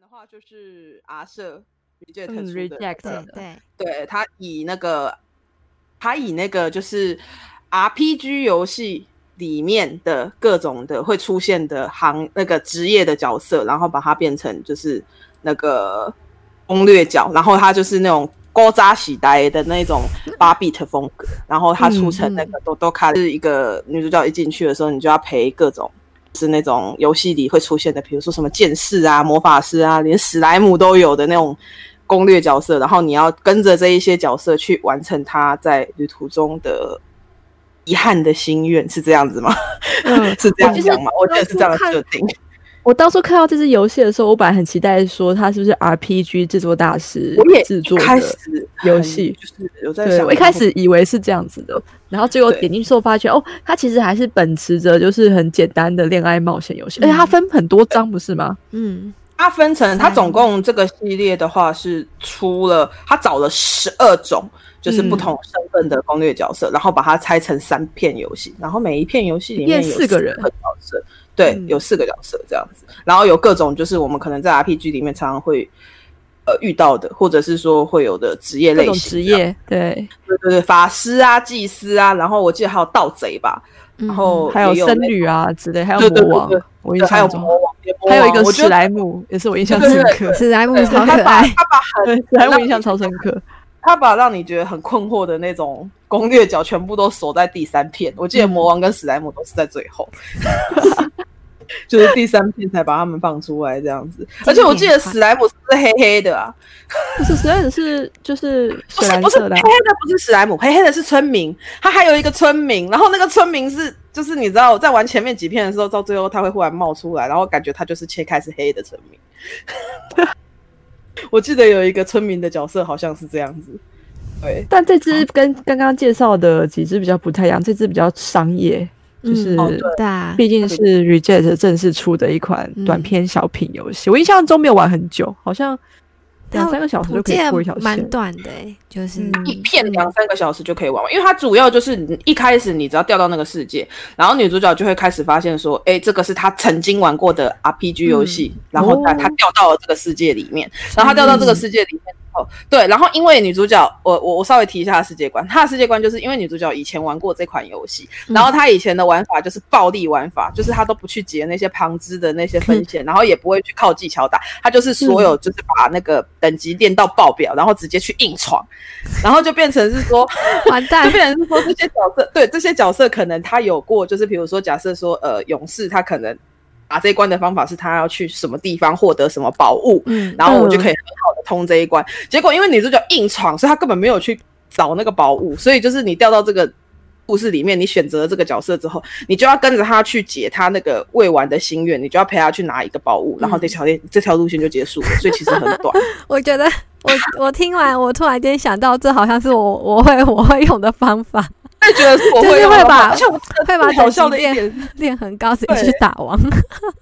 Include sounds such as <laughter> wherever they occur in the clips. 的话就是啊阿舍 reject 嗯出的那，reject 个对对对，对他以那个他以那个就是 RPG 游戏里面的各种的会出现的行那个职业的角色，然后把它变成就是那个攻略角，然后他就是那种。勾扎喜呆的那种八 bit 风格，然后他出成那个多多卡是一个女主角一进去的时候，你就要陪各种是那种游戏里会出现的，比如说什么剑士啊、魔法师啊，连史莱姆都有的那种攻略角色，然后你要跟着这一些角色去完成他在旅途中的遗憾的心愿，是这样 <laughs> 子吗？嗯是这样就是讲吗？我觉得是这样的当初看设定。我当初看到这支游戏的时候，我本来很期待说它是不是 RPG 制作大师我也制作一的开始游戏就是有在对，想，我一开始以为是这样子的，然后结果对点进去之后发现，哦，它其实还是本持着就是很简单的恋爱冒险游戏，而且嗯它分很多章，不是吗？嗯，它分成，它总共这个系列的话是出了，它找了十二种，就是嗯不同身份的攻略角色，然后把它拆成三片游戏，然后每一片游戏里面一有片四个人角色，对，嗯有四个角色这样子，然后有各种就是我们可能在 RPG 里面常常会呃遇到的，或者是说会有的职业各类种型，职，业，对，对对对，法师啊、祭司啊，然后我记得还有盗贼吧，然然后嗯还有也有僧那侣啊之类，还有对对魔王对对，我印对还有象中魔王，还有一个我觉史得莱姆，也是我印象对深对对刻，史莱姆对超他可 <laughs> 把爱，他把对，史莱姆印象超深 <laughs> 刻，他把让你觉得很困惑的那种攻略角全部都锁在第三片。我记得魔王跟史莱姆都是在最后，就是第三片才把他们放出来这样子。而且我记得史莱姆是不是黑黑的啊？不是，史莱姆是就是不水是蓝不是，色黑黑的啊、的不是史莱姆，黑黑的是村民。他还有一个村民，然后那个村民是就是你知道我在玩前面几片的时候，到最后他会忽然冒出来，然后感觉他就是切开是黑的村民。我记得有一个村民的角色好像是这样子，对。但这只跟刚刚介绍的几只比较不太一样，这只比较商业，嗯就是哦对对啊，嗯毕竟是 Reject 正式出的一款短篇小品游戏。我印象中没有玩很久，好像两三个小时就可以过一条我记得蛮线。短的欸，就是嗯一片两三个小时就可以玩完，因为它主要就是你一开始你只要掉到那个世界，然后女主角就会开始发现说，哎、这个是她曾经玩过的 RPG 游戏，然后她哦她掉到了这个世界里面，然后她掉到嗯这嗯个世界里面之后，对，然后因为女主角，我我我稍微提一下她的世界观，她的世界观就是因为女主角以前玩过这款游戏，然后她以前的玩法就是暴力玩法，就是她都不去解那些旁支的那些分线，然后也不会去靠技巧打，她就是所有就是把那个等级练到爆表，然后直接去硬闯。然后就变成是说，完蛋 <laughs> 就，变成是说这些角色，对这些角色可能他有过，就是比如说假设说，呃，勇士他可能打这一关的方法是他要去什么地方获得什么宝物，嗯，然后我就可以很好的通这一关。结果因为女主角硬闯，所以她根本没有去找那个宝物，所以就是你掉到这个故事里面，你选择了这个角色之后，你就要跟着她去解她那个未完的心愿，你就要陪她去拿一个宝物，然后这嗯条链、这条路线就结束了，所以其实很 <laughs> 短。我觉得我我听完，我突然间想到，这好像是我我会我会用的方法，我也觉得是我就是会用会的把方法而且我会把最好笑等的级一变点练很高，直接去对打王，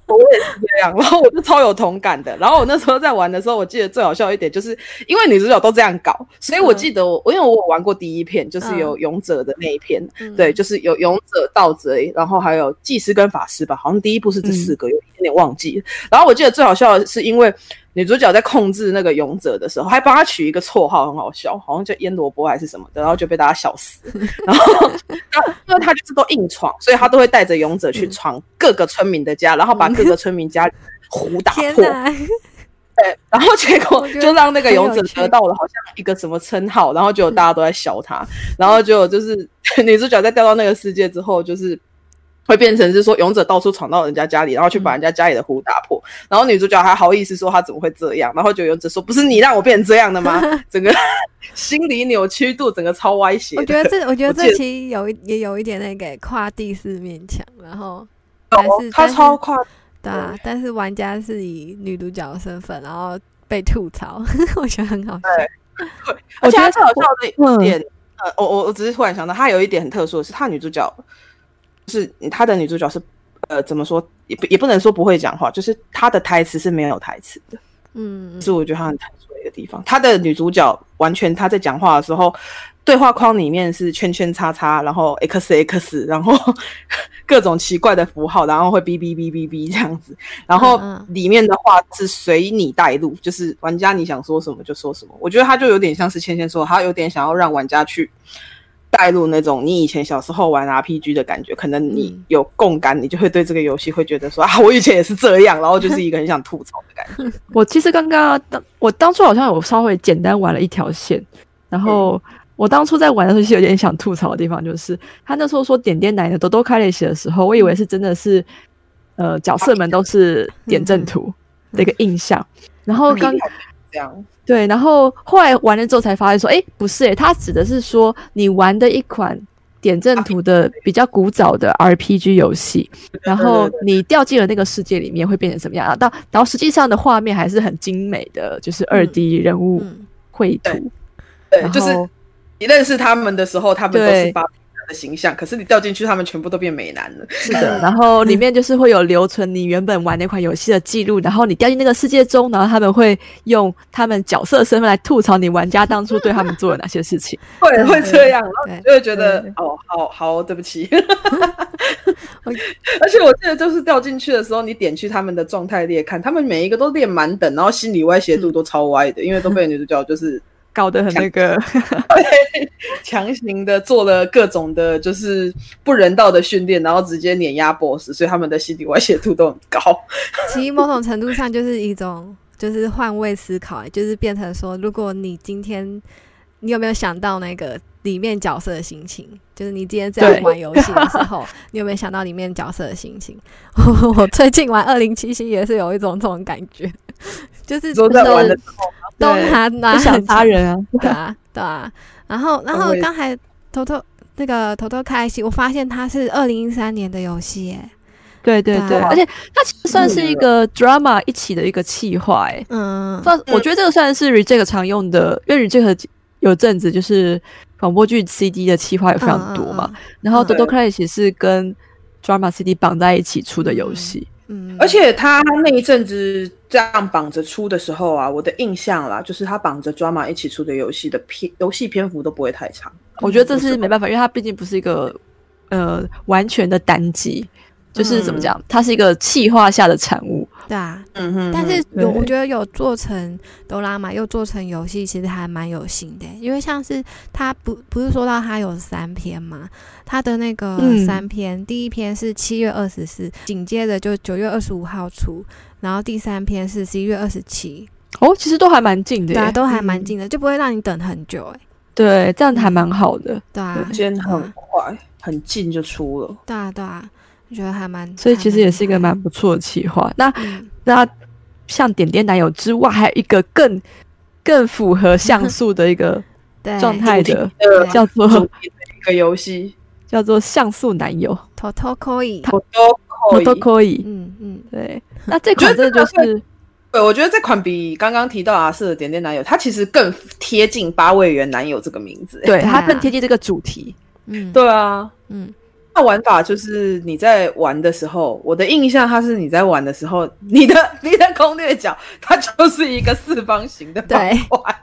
我也是这样，然后我就超有同感的。然后我那时候在玩的时候，我记得最好笑一点，就是因为女主角都这样搞，所以我嗯记得我，因为我有玩过第一片，就是有勇者的那一篇，嗯对，就是有勇者、盗贼，然后还有祭司跟法师吧，好像第一部是嗯这四个，有一点点忘记。然后我记得最好笑的是，因为女主角在控制那个勇者的时候，还帮他取一个绰号，很好笑，好像叫腌萝卜还是什么的，然后就被大家笑死。然后，然后因为他就是都硬闯，所以他都会带着勇者去闯各个村民的家，然后把各个村民家里的壶打嗯天破。哪，对，<laughs> 然后结果我觉得就让那个勇很者有趣嗯得到了好像一个什么称号，然后结果大家都在笑他，然后结果就是 <laughs> 女主角在掉到那个世界之后，就是会变成是说勇者到处闯到人家家里，然后去嗯把人家家里的壶打破，然后女主角还好意思说她怎么会这样，然后就勇者说不是你让我变成这样的 <laughs> 吗？整个心理扭曲度整个超歪斜的，我觉得这我觉我得记这得期有一也有一点那个跨第四面墙，然后哦还是他但是超快，对啊，但是玩家是以女主角的身份，然后被吐槽， <laughs> 我觉得很好笑。而我觉且它得最好笑的一嗯点，呃，我我我只是突然想到，它有一点很特殊的是，它女主角是它的女主角是呃，怎么说也不也不能说不会讲话，就是她的台词是没有台词的，嗯，是我觉得她很特殊的一个地方。她的女主角完全她在讲话的时候，对话框里面是圈圈叉叉，然后 x x，然后 <laughs> 各种奇怪的符号，然后会哔哔哔哔哔这样子，然后嗯嗯里面的话是随你带入，就是玩家你想说什么就说什么。我觉得他就有点像是芊芊说的，他有点想要让玩家去带入那种你以前小时候玩 RPG 的感觉，可能你嗯有共感，你就会对这个游戏会觉得说啊，我以前也是这样，然后就是一个很想吐槽的感觉。我其实刚刚当我当初好像有稍微简单玩了一条线，然后嗯我当初在玩的时候是有点想吐槽的地方，就是他那时候说点点奶的都都开了写的时候，我以为嗯是真的是呃角色们都是点阵嗯图的一个印象，然后哦刚这样，对，然后后来玩了之后才发现说，诶，不是诶、他指的是说你玩的一款点阵图的比较古早的 RPG 游戏，然后你掉进了那个世界里面会变成什么样啊？到然后实际上的画面还是很精美的，就是二 D 人物嗯绘图，对，然就是后你认识他们的时候，他们都是对八比男的形象，可是你掉进去，他们全部都变美男了。是的，然后里面就是会有留存你原本玩那款游戏的记录，然后你掉进那个世界中，然后他们会用他们角色的身份来吐槽你玩家当初对他们做了哪些事情。会会对这样，然后对你就会觉得对哦，好好，对不 <laughs> 起。 <laughs> 而且我记得，就是掉进去的时候，你点去他们的状态列看，他们每一个都列满等，然后心理歪嗯斜度都超歪的，因为都被女主角就是搞得很那个，强行的做了各种的，就是不人道的训练，然后直接碾压 BOSS，所以他们的心理歪斜度都很 <laughs> 高。其实某种程度上就是一种就是换位思考，欸就是变成说，如果你今天你有没有想到那个里面角色的心情？就是你今天在对玩游戏的时候，你有没有想到里面角色的心情？ <laughs> 我我最近玩二零七七也是有一种这种感觉，就是说在玩的时候，都对拿拿就想很杀人 <laughs> 啊， <laughs> 对啊，对啊。然后，然后我也刚才偷偷那个偷偷开心，我发现它是二零一三年的游戏耶。对对对对，啊而且它其实算是一个 drama 一起的一个企划、欸，嗯，算我觉得这个算是 reject 常用的，因为 reject 有阵子就是广播剧 CD 的企划有非常多嘛，然后嗯 d o 对 d o c r a s 是跟 drama CD 绑在一起出的游戏，嗯，嗯，而且他那一阵子这样绑着出的时候啊，我的印象啦，就是他绑着 drama 一起出的游戏的篇游戏篇幅都不会太长。嗯嗯我觉得这嗯是没办法，因为它毕竟不是一个呃完全的单机，就是怎么嗯讲，它是一个企划下的产物，对啊，嗯哼但是嗯有对我觉得有做成哆啦嘛，又做成游戏，其实还蛮有心的耶，因为像是它不不是说到它有三篇嘛，它的那个嗯三篇，第一篇是七月二十四，紧接着就九月二十五号出，然后第三篇是十一月二十七，哦，其实都还蛮近的耶，对啊，都还蛮嗯近的，就不会让你等很久，哎，对，这样还蛮好的。对啊，时间很嗯快，很近就出了。对啊，对啊，我觉得还蛮，所以还其实也是一厉个害，蛮不错的企划。那嗯，那像点点男友之外，还有一个更更符合像素的 <laughs> 一个哎对，状态的，呃，叫主做题的一个游戏，叫做像素男友，偷偷扣一，我都 <laughs> 我我都可以。嗯嗯，对，那这款真的就是对，我觉得这款比刚刚提到阿四的点点男友，它其实更贴近八位元男友这个名字。对对啊它更贴近这个主题。嗯，对啊，嗯，那玩法就是你在玩的时候，我的印象它是你在玩的时候，你的 <laughs> 你的攻略角它就是一个四方形的方块，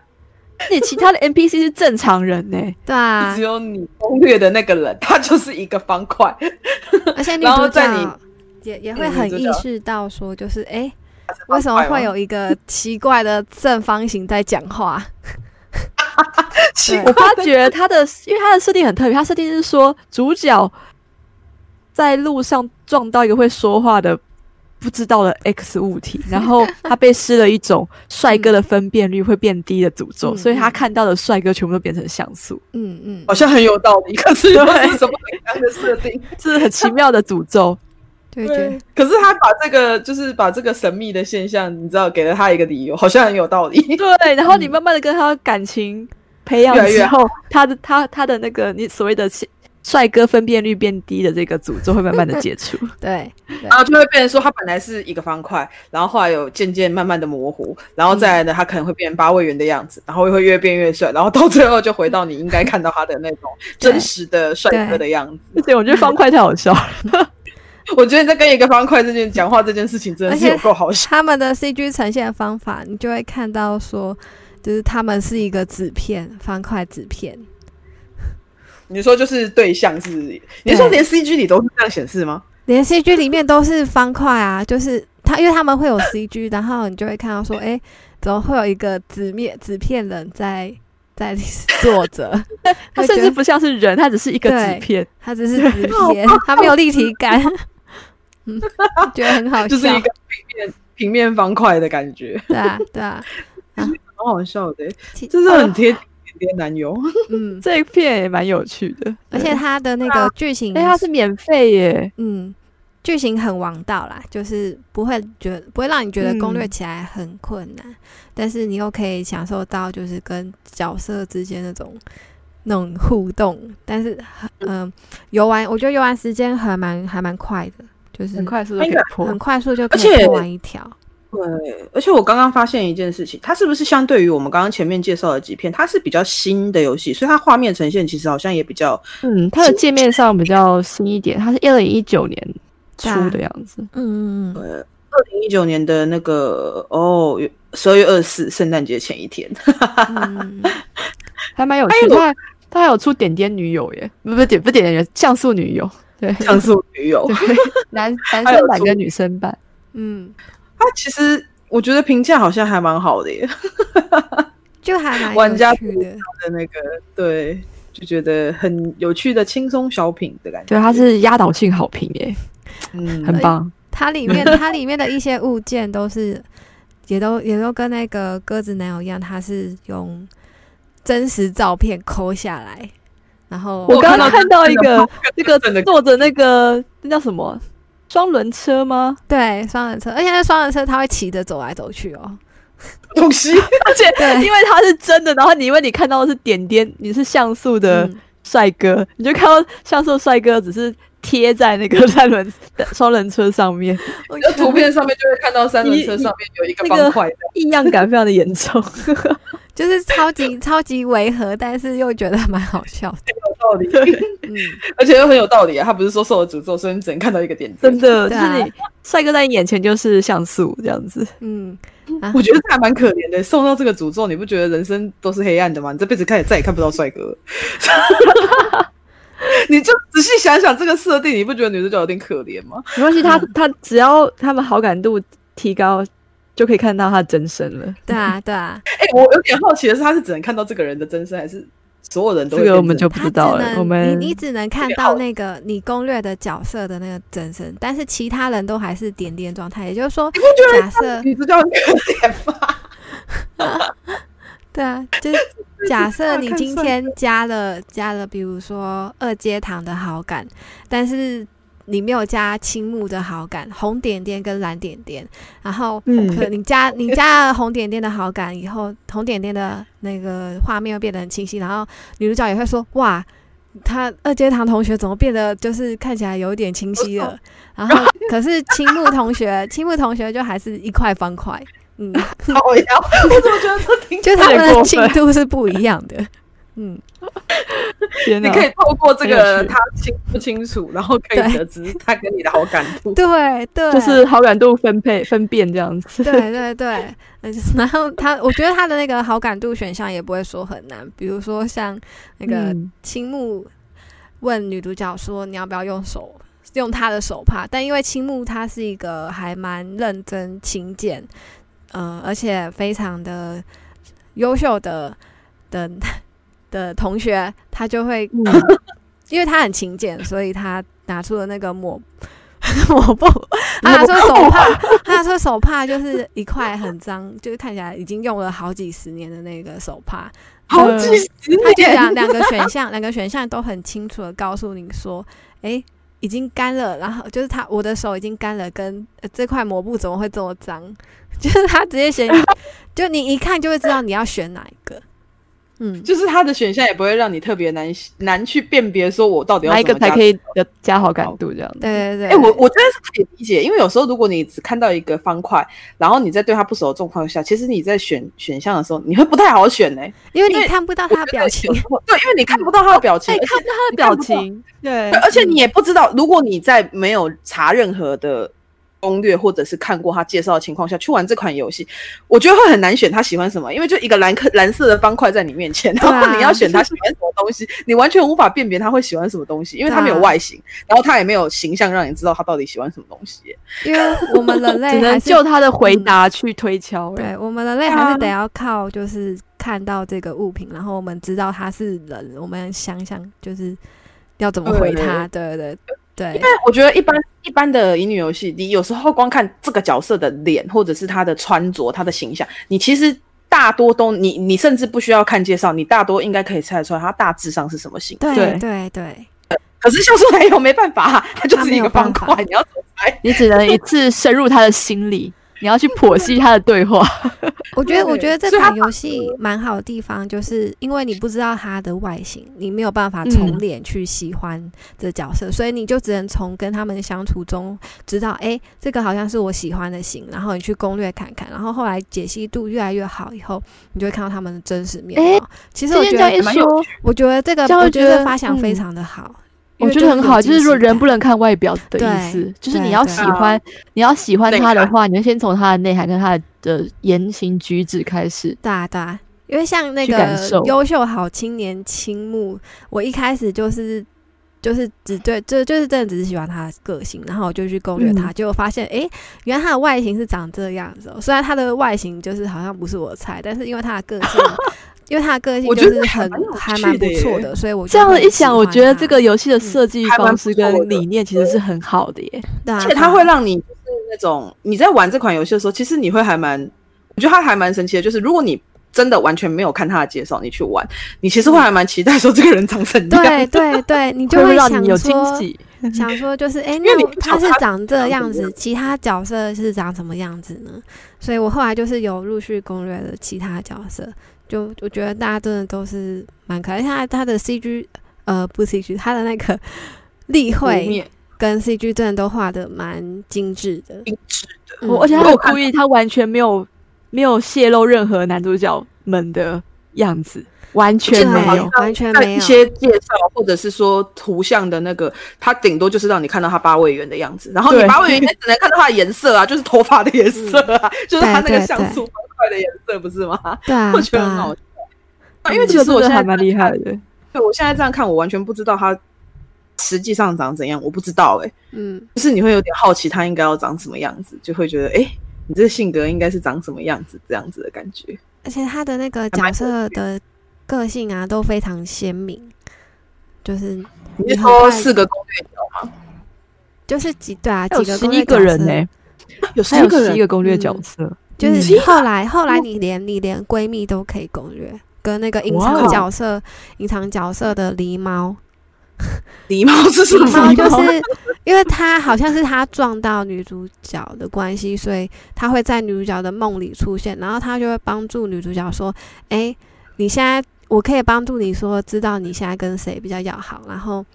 你其他的 NPC 是正常人呢、对啊只，有你攻略的那个人，他就是一个方块，而且女然后主在角也也会嗯很女主意角识到说，就是哎、诶方为什么块吗会有一个奇怪的正方形在讲话？奇 <laughs> 我发觉它的，因为它的设定很特别，它设定是说主角在路上撞到一个会说话的不知道的 X 物 <laughs> 体，然后他被施了一种帅哥的分辨率会变低的诅咒，嗯所以他看到的帅哥全部都变成像素，嗯嗯好，像很有道理，可是又是什么样的设定？这是很奇妙的诅咒。就会觉得可是他把这个，就是把这个神秘的现象，你知道，给了他一个理由，好像很有道理。 <laughs> 对，嗯然后你慢慢的跟他感情培养越来越之后，他的他他的那个你所谓的现帅哥分辨率变低的这个诅咒会慢慢的解 <laughs> 除。对对然后就会变成说，它本来是一个方块，然后后来有渐渐慢慢的模糊，然后再来呢，它可能会变成八位元的样子，然后会越变越帅，然后到最后就回到你应该看到它的那种对真实的帅哥的样子。对，我觉得方块太好笑了。我觉得在跟一个方块这件讲话这件事情真的是而且有够好笑。他们的 CG 呈现的方法，你就会看到说，就是他们是一个纸片方块纸片，你说就是对象是，你说连 CG 里都是这样显示吗？连 CG 里面都是方块啊，就是它，因为他们会有 CG，然后你就会看到说，哎、怎么会有一个纸面纸片人在在坐着？它我甚觉至得不像是人，它只是一个纸对片，它只是纸片，它没有立体感。 <laughs> 嗯，觉得很好笑，就是一个平面平面方块的感觉，对啊，对啊，蛮好笑的、欸其真的很贴近点点男友。嗯， <laughs> 这一片也蛮有趣的。而且它的那个剧情，哎、它是免费耶，嗯，剧情很王道啦，就是不会觉不会让你觉得攻略嗯起来很困难，但是你又可以享受到就是跟角色之间那种那种互动，但是嗯、游玩我觉得游玩时间还蛮还蛮快的，就是很快速就可以破很。快速就可而且以破完一条，对，而且我刚刚发现一件事情，它是不是相对于我们刚刚前面介绍的几片，它是比较新的游戏，所以它画面呈现其实好像也比较嗯，它的界面上比较新一点，它是二零一九年出的样子。嗯嗯嗯，二零一九年的那个哦，十二月二十四圣诞节前一天，嗯嗯还蛮有趣的。他他还有出点点女友耶，不不点不点点人，像素女友，对像素女友对，， <laughs> 男男还有生版出跟女生版。嗯，它其实我觉得评价好像还蛮好的耶，就还蛮玩家有趣的，它的那个对，就觉得很有趣的轻松小品的感觉，对，它是压倒性好评耶，嗯，很棒。它里面它里面的一些物件都是，也都也都跟那个鸽子男友一样，它是用真实照片抠下来，然后我刚刚看到一个那这个真的坐着那个那叫什么双轮车吗？对双人车，而且那双人车它会骑着走来走去哦，<laughs> 东西，而且对 <laughs> 因为它是真的，然后你因为你看到的是点点，你是像素的嗯帅哥，你就看到像素帅哥只是贴在那个三轮 <laughs> 双轮车上面，我觉然得后图片上面就会看到三轮车一上面有一个那个方块，异样感非常的严重。 <laughs> <laughs> 就是超级超级违和，但是又觉得蛮好笑的，道理， <laughs> 嗯，而且又很有道理啊。他不是说受了诅咒，所以你只能看到一个点真缀。的，就对啊是你帅哥在你眼前就是像素这样子。嗯，我觉得这还蛮可怜的，受到这个诅咒，你不觉得人生都是黑暗的吗？你这辈子看也再也看不到帅哥了。 <laughs> 你就仔细想想这个设定，你不觉得女主角有点可怜吗？没关系，他嗯他只要他们好感度提高，就可以看到他的真身了。对啊对啊，哎、我有点好奇的是，他是只能看到这个人的真身，还是所有人都这会个我变们就成不知他道只了。能我们你你只能看到那个你攻略的角色的那个真身，但是其他人都还是点点状态，也就是说，假设 <laughs> 女主角很可怜吗？对啊，就是假设你看今帅天加了加了，比如说二阶堂的好感，但是你没有加青木的好感，红点点跟蓝点点，然后嗯可你加你加了红点点的好感以后，红点点的那个画面又变得很清晰，然后女主角也会说哇。他二阶堂同学怎么变得就是看起来有点清晰了？然后可是青木同学，青木同学就还是一块方块，嗯，好呀，我怎么觉得这 <laughs> 挺……就他们太的过进分度是不一样的。嗯，天你哪可以透过这啊很有个趣他清不清楚，然后可以对得知他跟你的好感度。对对，就是好感度分配分辨这样子。对对对， <laughs> 呃就是然后他，我觉得他的那个好感度选项也不会说很难，比如说像那个嗯青木问女主角说你要不要用手。用他的手帕，但因为青木他是一个还蛮认真、勤俭，嗯、而且非常的优秀的的 <laughs> 的同学，他就会嗯因为他很勤俭，所以他拿出了那个抹 <laughs> 抹布，他拿出手帕，他拿出手帕就是一块很脏，就是看起来已经用了好几十年的那个手帕。好几十他就年，两两个选项，两个选项都很清楚的告诉你说，诶，已经干了，然后就是他我的手已经干了，跟、呃这块抹布怎么会这么 <laughs> 脏？就是他直接选，就你一看就会知道你要选哪一个。嗯，就是它的选项也不会让你特别难难去辨别，说我到底要哪一个怎么才加可以有加好感度这样子？对对对。哎、我我觉得是可以理解，因为有时候如果你只看到一个方块，然后你在对它不熟的状况下，其实你在选选项的时候，你会不太好选呢、因为因你为看不到我觉他得的表情有，时候对，因为你看不到他的表情，对而哎且看不 <laughs> 到他的表你看不到情，对对，而嗯且你也不知道，如果你在没有查任何的攻略或者是看过他介绍的情况下去玩这款游戏，我觉得会很难选他喜欢什么，因为就一个蓝颗蓝色的方块在你面前，对啊然后你要选他喜欢什么东西，你完全无法辨别他会喜欢什么东西，因为他啊没有外形，然后他也没有形象让你知道他到底喜欢什么东西。因为我们人类只能还是嗯就他啊的回答去推敲。对，我们人类还是得要靠就是看到这个物品，然后我们知道它是人，我们想想就是要怎么回它。对对对但我觉得一般一般的乙女游戏，你有时候光看这个角色的脸，或者是他的穿着、他的形象，你其实大多都你你甚至不需要看介绍，你大多应该可以猜得出来他大致上是什么型。对对对对，可是像素男友没办法啊，他就他 <laughs> 是没一有个方办法块，你要怎么猜？你只能一次深入他的心里，你要去剖析他的对话。我觉得我觉得这所以它款游戏蛮好的地方，就是因为你不知道它的外形，你没有办法从嗯脸去喜欢这角色，所以你就只能从跟他们相处中知道，哎、这个好像是我喜欢的型，然后你去攻略看看，然后后来解析度越来越好以后，你就会看到他们的真实面诶貌。其实我觉今天得这样一蛮有说，我觉得这个，这样我会觉觉得得发想非嗯常的好，因我为觉就是得很有好，惊就是说喜人感不能看外表的对意思，就是你要喜对欢，你要喜欢内他的涵话，你就先从他的内涵跟他的的言行举止开始。对啊，对啊，因为像那去个感《受优秀好青年青木》，我一开始就是就是只对，就就是真的只是喜欢他的个性，然后我就去攻略他，嗯结果发现诶，原来他的外形是长这样子、哦。虽然他的外形就是好像不是我的菜，但是因为他的个 <laughs> 性，因为他的个性我就觉得是还很蛮有还趣蛮不的错耶的，所以我就这样很一喜想，我欢觉得他嗯这个游戏的设计还蛮方不式错跟的理念其实是很好的耶。对啊，而且对它啊会让你就是那种你在玩这款游戏的时候，其实你会还蛮，我觉得它还蛮神奇的，就是如果你。真的完全没有看他的介绍，你去玩，你其实会还蛮期待说这个人长什么样。对对对，你就 <laughs> 会不会想让你有惊说喜。 <laughs> 想说就是，哎、为那你我不他晓是得他长这长样什么子，样其他角色是长什么样子呢？所以我后来就是有陆续攻略了其他角色，就我觉得大家真的都是蛮可爱。他他的 CG 呃不是 CG，他的那 <laughs> 个例里会面跟 CG 真的都画的蛮精致的，精致的，嗯我而且他我很有看故意，他完全没有没有泄露任何男主角们的样子，完全对没有。完全看没一有。些介绍或者是说图像的那个，它顶多就是让你看到它八位元的样子，然后你对八位元你只能看到它的颜色啊，就是头发的颜色啊，就是它那对个对像素方块的颜色，不是吗？ <laughs> 对啊，我觉对得很啊好，笑。啊因为这其个实我真的现在还蛮厉害的，对我现在这样看，我完全不知道它实际上长怎样，我不知道哎、嗯，就是你会有点好奇它应该要长什么样子，就会觉得哎、诶你这性格应该是长什么样子这样子的感觉。而且他的那个还蛮角有色的个性啊都非常鲜明，就是你你是很说快四个攻略有就是几对啊，还有几个十攻一略个角人色呢、吗？有还有十人一个攻略角嗯色，就是后来后来你连你连闺蜜都可以攻略，跟那个隐藏哇角色隐藏角色的狸 <laughs> 猫，狸猫是什狸么？猫就是因为他好像是他撞到女主角的关系，所以他会在女主角的梦里出现，然后他就会帮助女主角说：“哎、你现在我可以帮助你说，知道你现在跟谁比较要好，然后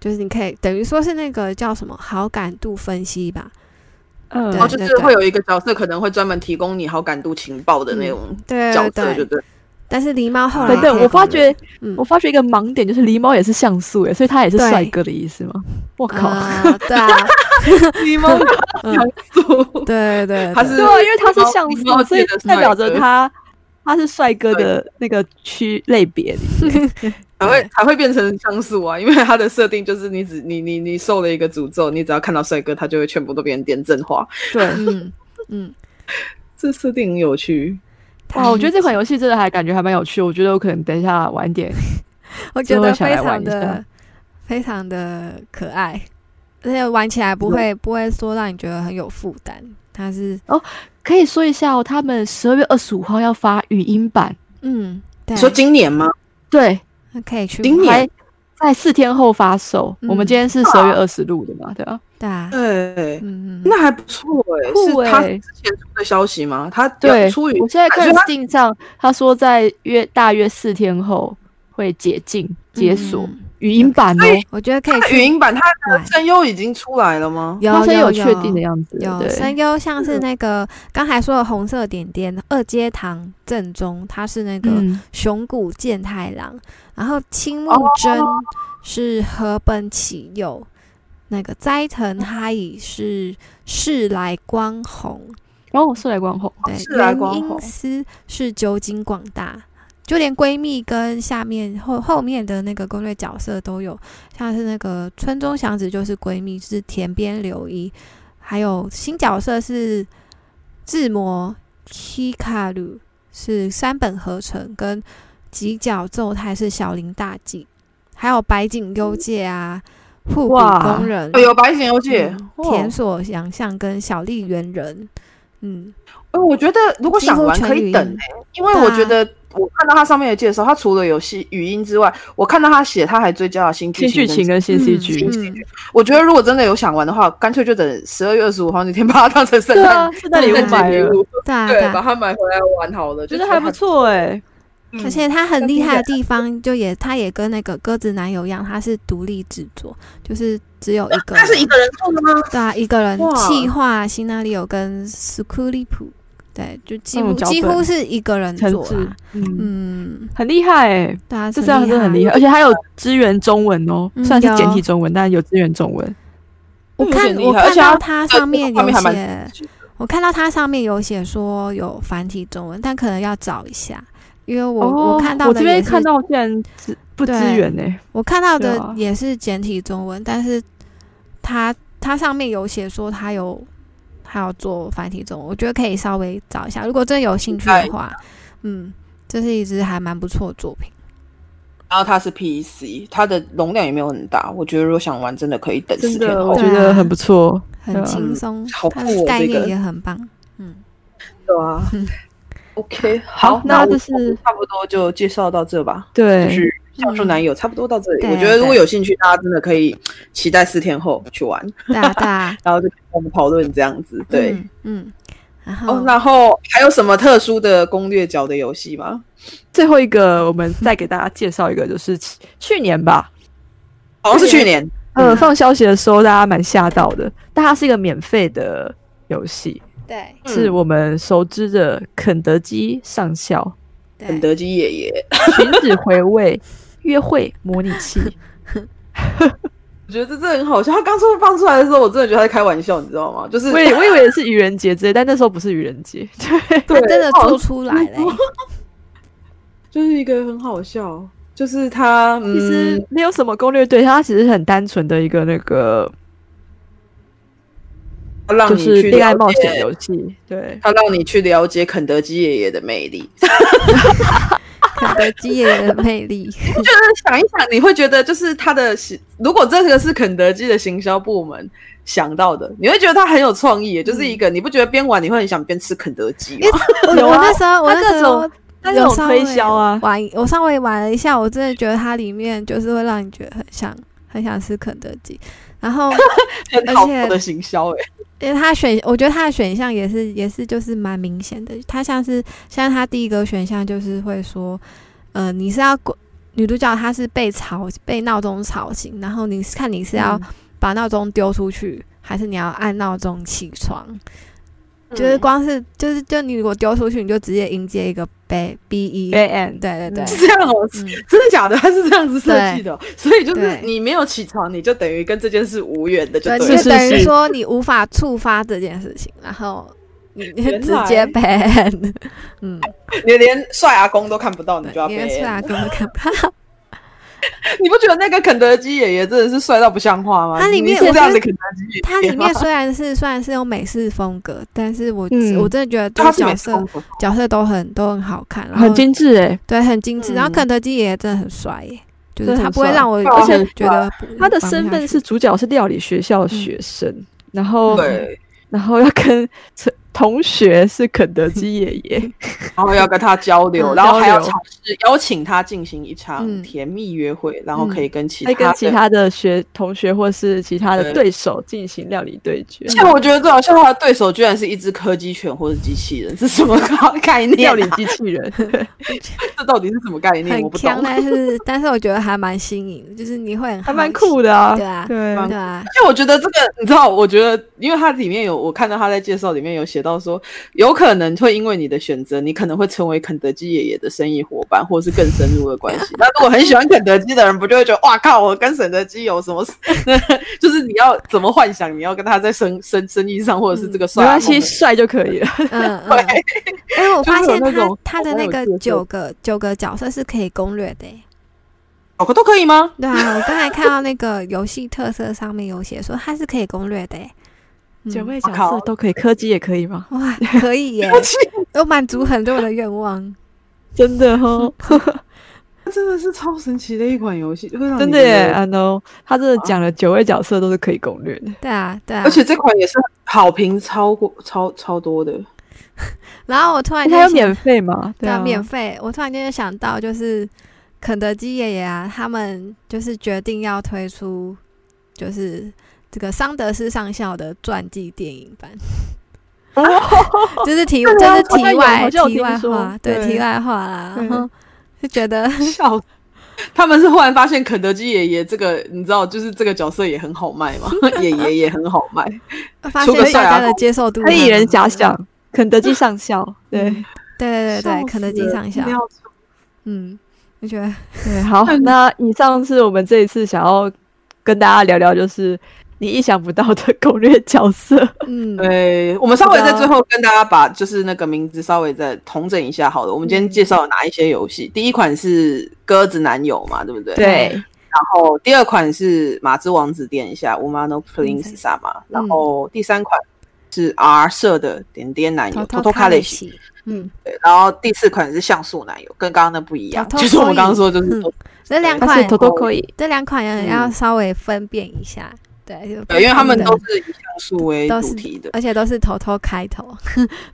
就是你可以等于说是那个叫什么好感度分析吧，嗯，对哦，就那是个会有一个角色可能会专门提供你好感度情报的那种对角对色，就对。”对。但是狸猫后来等等，可以我发攻略觉嗯我发觉一个盲点，就是狸猫也是像素欸诶，所以他也是对帅哥的意思吗？我靠，啊对 <laughs> 啊，狸猫嗯像素， <laughs> 对对对，他对是对啊，因为他是像狸猫素，界所以的帅代表着 <laughs> 哥他他是帅哥的那个区类别里面。才会才会变成像素啊，因为它的设定就是你只你你你受了一个诅咒，你只要看到帅哥，他就会全部都变成点阵化。对， <laughs> 嗯嗯，这设定很有趣，哇，我觉得这款游戏真的还感觉还蛮有趣，我觉得我可能等一下晚点我觉就得会想非来玩常一的下非常的可爱，而且玩起来不嗯会不会说让你觉得很有负担，它是可以说一下哦，他们十二月二十五号要发语音版，嗯，对你，说今年吗？对，可以去今玩年还在四天后发售。我嗯们今天是十二月二十录的嘛，对吧、对啊，对，嗯嗯，那还不错哎、酷是他欸之前出的消息吗？他啊对，出于我现在看所以他 Steam 上，他说在约大约四天后会解禁解锁嗯语音版哦，我觉得可以那去语音版，他的玩声优已经出来了吗？有好像有确定的样子，有声对，嗯优像是那个刚才说的红色点点二阶堂正宗，他是那个嗯，熊谷健太郎，然后青木哦真是河本启佑，那个斋藤哈乙是世来光宏，哦，是来光后，对，世来光原宏因斯是酒井广大，就连闺蜜跟下面后后面的那个攻略角色都有，像是那个村中祥子就是闺蜜，是田边留一，还有新角色是志摩 Hikaru，是山本合成跟吉角奏太是小林大纪，还有白井优介啊，户部哇工人哦，。有白井游记嗯，哦田所洋相跟小笠原人，嗯，哎我觉得如果几想乎玩全可语以音等哎、因为对我啊觉得我看到它上面的介绍，它除了有戏语音之外，我看到它写它还追加了新剧新剧情跟新嗯 CG，、嗯我觉得如果真的有想玩的话，干脆就等十二月二十五号那天把它当成圣对诞啊，圣 <laughs> 诞礼物圣诞买节礼了，物，对啊，对，啊把它买回来玩好了，觉得还不错。错哎，嗯而且他很那厉听起害的来地方，就也他也跟那个鸽子男友一样，他是独立制作，就是只有一个人，那是一个人做的吗？对啊，一个人哇企划新那里有跟 s c u l i p 对，就几那乎种脚几乎本是一个人陈做志啦，，嗯，嗯，很厉害哎，对啊，这这样真的很厉害。害，而且它有支援中文哦，嗯虽然是简有体中文，但有支援中文，我有看点厉我害而看且到他它这上个面画有面还蛮写，我看到它上面有写说有繁体中文，但可能要找一下，因为我、哦我看到我的这也边是看到竟然支不支对援哎，我看到对的啊也是简体中文，但是它它上面有写说它有它有做繁体中文，我觉得可以稍微找一下，如果真的有兴趣的话，嗯，这是一支还蛮不错的作品，然后它是 PC，它的容量也没有很大，我觉得如果想玩，真的可以等真十天的后我对。觉得啊很不错，对很啊轻松，好它酷的哦概这念个也很棒，嗯，对啊嗯，OK，好好，那我就是我差不多就介绍到这吧。就对，是教授男友差不多到这里，对我觉得如果有兴趣，大家真的可以期待四天后去玩，对啊对啊，然后就跟我们讨论这样子。对，嗯，嗯然后、哦，然后还有什么特殊的攻略角的游戏吗？最后一个，我们再给大家介绍一个，就是去去年吧，好像是去年，嗯嗯呃，放消息的时候大家蛮吓到的，但它是一个免费的游戏，对嗯是我们熟知的肯德基上校 <laughs> 肯对，德基爷爷，寻子回味约会模拟 <laughs> 器，我觉得这真的很好笑。他刚说放出来的时候，我真的觉得他在开玩笑，你知道吗？就是我以我以为是愚人节之类，但那时候不是愚人节，它真的好做出来嘞、就是一个很好笑，就是他其实嗯，没有什么攻略对象，它只是很单纯的一个那个让就你是去恋爱了冒解险游戏，对。他让你去了解肯德基爷爷的魅力。肯德基也有魅力，就是想一想，你会觉得就是他的行，如果这个是肯德基的行销部门想到的，你会觉得他很有创意，就是一个你不觉得边玩你会很想边吃肯德基 <laughs> 吗？我有啊我那时候我那它各时候种它各种推销啊，玩我稍微玩了一下，我真的觉得它里面就是会让你觉得很想很想吃肯德基。然后，很好的行销哎、因为它选，我觉得它的选项也是也是就是蛮明显的。它像是像它第一个选项就是会说，呃，你是要过女主角她是被吵被闹钟吵醒，然后你是看你是嗯要把闹钟丢出去，还是你要按闹钟起床？嗯就是光是就是就你如果丢出去，你就直接迎接一个 B B E， A N 对对 <laughs> 对，是这样哦、嗯真的假的？他是这样子设计的哦、所以就是对你没有起床，你就等于跟这件事无缘的，就对，对你了。是就等于是说你无法触发这件事情，然后你 <laughs> 你原直来接 <laughs> ban，嗯， <laughs> 你连帅阿公都看不到，你就对，要你被连出来跟我看 <laughs> 不到。 <laughs> 你不觉得那个肯德基爷爷真的是帅到不像话吗？它里面你是这样我觉得的肯德基爷爷它里吗面虽然是虽然是有美式风格，但是我、嗯我真的觉得 <laughs> 他就是角美式色风格角色都很都很好看，然后很精致哎、对很精致，然后嗯肯德基爷爷真的很帅耶，就是真的他很不会帅让我对啊觉很得觉得不他的玩嗯不身下份去是主角是料理学校的学生，然后对。然后要跟 <laughs> 同学是肯德基爷 <laughs> 爷，然后要跟他交流，嗯然后还要交流尝试邀请他进行一嗯场甜蜜约会，然后可以跟其他在嗯跟其的他的学同学或是其他的对手进行料理对决而。且我觉得最好笑的对手居然是一只柯基犬或者机器人，是什么 <laughs> 概念、料啊？理机器人， <laughs> 对这到底是什么概念？我很不强，懂。但是但是我觉得还蛮新颖，就是你会很还蛮好奇酷，的啊。对啊对对啊，就我觉得这个，你知道，我觉得，因为它里面有我看到他在介绍里面有写到说，有可能会因为你的选择，你可能会成为肯德基爷爷的生意伙伴，或是更深入的关系。那如果很喜欢肯德基的人，不就会觉得哇靠，我跟肯德基有什么？ <laughs> 就是你要怎么幻想，你要跟他在生生生意上，或者是这个没算关系，帅就可以了。嗯嗯。哎，我发就是有现那他种他的我那蛮个有趣的九个九个角色是可以攻略的耶。欸我都可以吗？对啊，我刚才看到那个游戏特色上面有写说它是可以攻略的耶。嗯九位我角色靠都可以，柯基也可以吗？哇，可以 <laughs> 耶，有满足很多人的愿望。真的哦，真的是超神奇的一款游戏，会让你真的觉得耶！I know，他真的讲了九位角色都是可以攻略的。对啊，对啊。而且这款也是好评超过超超多的，然后我突然间他有想免费吗？对啊，啊，免费。我突然间想到，就是肯德基爷爷啊，他们就是决定要推出，就是这个桑德斯上校的传记电影版。就是题，对就啊是好像题有外好像有题外听说话，对对题外话啦。然后就觉得，笑死。他们是忽然发现肯德基爷爷这个，你知道，就是这个角色也很好卖嘛，爷爷也很好卖。发出现个大帅家阿的接受度他还以人蛮遐高的。想，肯德基上 <laughs> 校，对嗯对对对对，肯德基上校笑死，了嗯，我觉得对， <laughs> 好，那以上是我们这一次想要跟大家聊聊，就是你意想不到的攻略角色。嗯，对，我们稍微在最后跟大家把就是那个名字稍微再统整一下好了。我们今天介绍了哪一些游戏？第一款是《鸽子男友》嘛，对不对？对，然后第二款是《马之王子殿下》（Umano Prince 嗯 s a m 然后第三款是 R 社的《点点男友》偷（偷偷偷看卡了雷一西）。起，嗯，对，然后第四款是像素奶油，跟刚刚那不一样，偷偷就是我们刚刚说就是嗯说，这两他款是偷偷可以，这两款也嗯要稍微分辨一下，对，就对，因为他们不同都的，是以像素为都主是嗯题的。而且都是偷偷开头，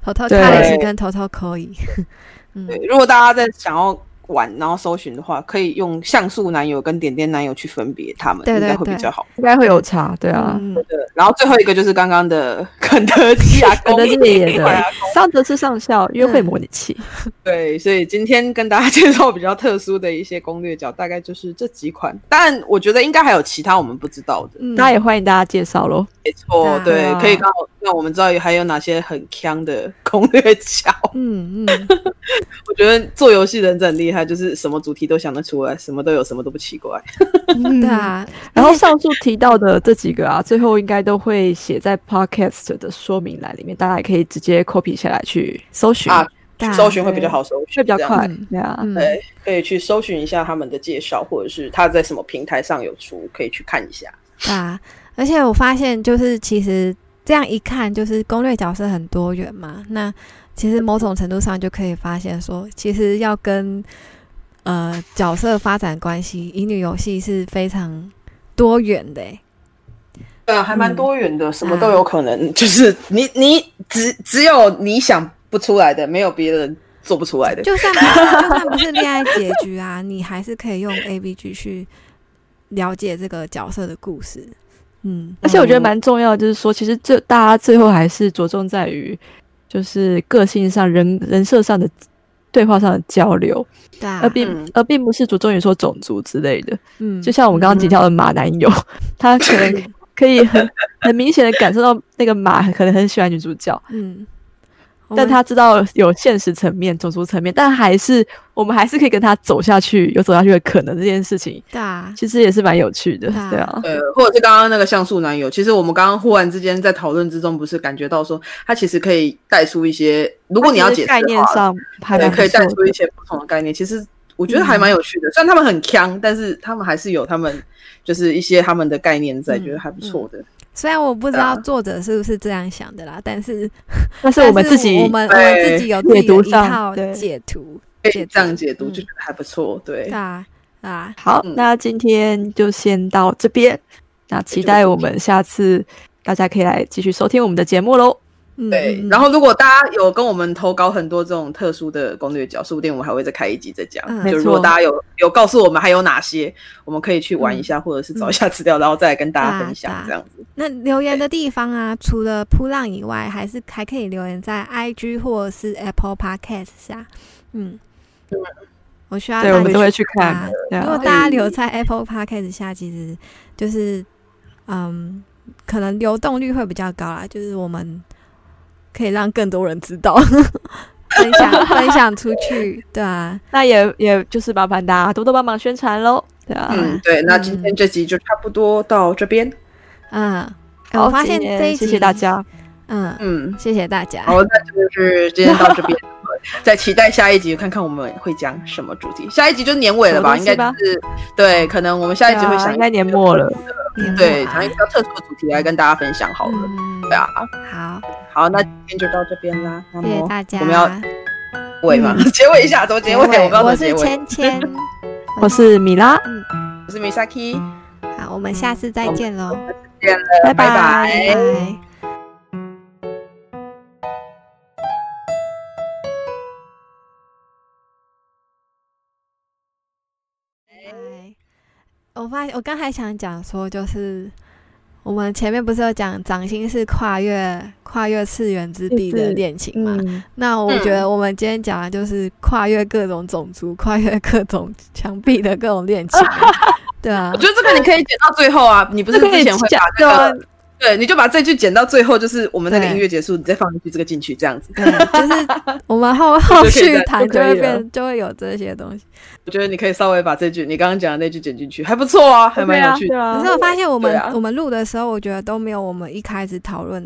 偷偷对卡雷西跟偷偷扣以，嗯，对，如果大家在想要玩然后搜寻的话，可以用像素男友跟点点男友去分别他们，对对应该会对比较好。应该会有差，对啊。嗯，对，然后最后一个就是刚刚的 <laughs> 肯德基 <laughs> 啊，肯德基爷爷对的啊 <laughs> 上德是上校约会模拟器，对，所以今天跟大家 <laughs> 介绍比较特殊的一些攻略角，大概就是这几款。但我觉得应该还有其他我们不知道的。嗯大家也欢迎大家介绍喽。没错，对对啊，可以让我让我们知道还有哪些很强的攻略角。 <laughs> 嗯嗯，我觉得做游戏的人真的很厉害，就是什么主题都想得出来，什么都有，什么都不奇怪。 <laughs> 嗯对啊，然嗯后上述提到的这几个啊，最后应该都会写在 podcast 的说明栏里面，大家也可以直接 copy 下来去搜寻，啊对啊搜寻会比较好搜会寻，比较这样快嗯。对啊，嗯，对，可以去搜寻一下他们的介绍，或者是他在什么平台上有出，可以去看一下。对啊，而且我发现就是其实这样一看，就是攻略角色很多元嘛。那其实某种程度上就可以发现说，其实要跟呃角色发展关系，乙女游戏是非常多元的欸。对啊，还蛮多元的，什么都有可能。就是你你只只有你想不出来的，没有别人做不出来的。就算不是就算不是恋爱结局啊，你还是可以用 A B G 去了解这个角色的故事。嗯，而且我觉得蛮重要的，就是说，其实这大家最后还是着重在于，就是个性上、人人设上的对话上的交流，对啊而，并、嗯而并不是着重于说种族之类的。嗯，就像我们刚刚提到的马男友，嗯 <laughs> 他可能可以很很明显的感受到那个马可能很喜欢女主角，嗯，我但们他知道有现实层面、种族层面，但还是我们还是可以跟他走下去，有走下去的可能。这件事情对啊，其实也是蛮有趣的，对啊对啊，呃，或者是刚刚那个像素男友，其实我们刚刚忽然之间在讨论之中，不是感觉到说他其实可以带出一些，如如果你要解释的话概念上还对，蛮可以不错带的嗯出一些不同的概念。其实我觉得还蛮有趣的，虽然他们很强，但是他们还是有他们就是一些他们的概念在，嗯觉得还不错的。虽然我不知对道啊作者是不是这样想的啦，但是但是但我们自己我嗯们我们自己有自己解读的一上套对解读，可解以读这样解读，嗯就觉得还不错。对对，啊啊，好，嗯那今天就先到这边，那期待我们下次大家可以来继续收听我们的节目喽。嗯对嗯，然后如果大家有跟我们投稿很多这种特殊的攻略角，说不定我们还会再开一集再讲。嗯就没如果错大家有有告诉我们还有哪些，我们可以去玩一下，或者是找一下资料，然后再来跟大家分享、啊这样子。那留言的地方啊，除了扑浪以外，还是还可以留言在 IG 或者是 Apple Podcast 下。嗯，我需要对，我们大家都会去去看。对如果啊，大家留在 Apple Podcast 下，其实就是嗯，可能流动率会比较高啦，就是我们可以让更多人知道，分享分享出去，对啊，那也也就是麻烦大家多多帮忙宣传喽。对啊，嗯，对，那今天这集就差不多到这边。嗯，哎好我发今现天这一集谢谢大，家。嗯，嗯，谢谢大家，好，那就是今天到这边，嗯再期待下一集，看看我们会讲什么主题。下一集就年尾了吧？什应么该东西就是对，可能我们下一集对会啊想应该年末了，年末对，啊想一个比较特殊的主题来跟大家分享好了。嗯对啊，好，好，那今天就到这边啦。那谢谢么大家，我们要结尾吗？结尾一下，怎么嗯结尾？我们要我怎么结是尾？芊芊， <laughs> 我是米拉，我是 Misaki，嗯好，我们下次嗯再见喽，拜拜拜拜嗯拜。拜我发现我刚才想讲说，就是我们前面不是有讲掌心是跨越跨越次元之壁的恋情嘛？嗯，那我觉得我们今天讲的就是跨越各种种族、跨越各种墙壁的各种恋情 <laughs> 啊，对啊我，觉得这个你可以剪到最后啊， <laughs> 你不是这个可之以前会讲把这对啊个对，你就把这句剪到最后，就是我们那个对音乐结束，你再放一句这个进去，这样子。对，嗯就是我们后后续谈就会就可以了变，就会有这些东西。我觉得你可以稍微把这句你刚刚讲的那句剪进去，还不错啊，还蛮有趣对的。啊可对是啊我发现我们、对啊我们录的时候，我觉得都没有我们一开始讨论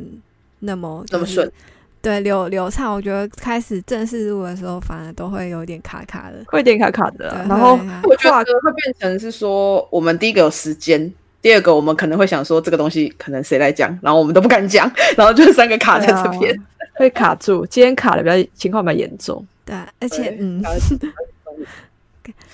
那么那么就是顺，对流流畅。我觉得开始正式录的时候，反而都会有点卡卡的。会有点卡卡对的啊，然后会有点卡我觉得会变成是说，我们第一个有时间。第二个，我们可能会想说这个东西可能谁来讲，然后我们都不敢讲，然后就三个卡在这边。会卡住，今天卡的比较情况比较严重。对啊，而且对嗯，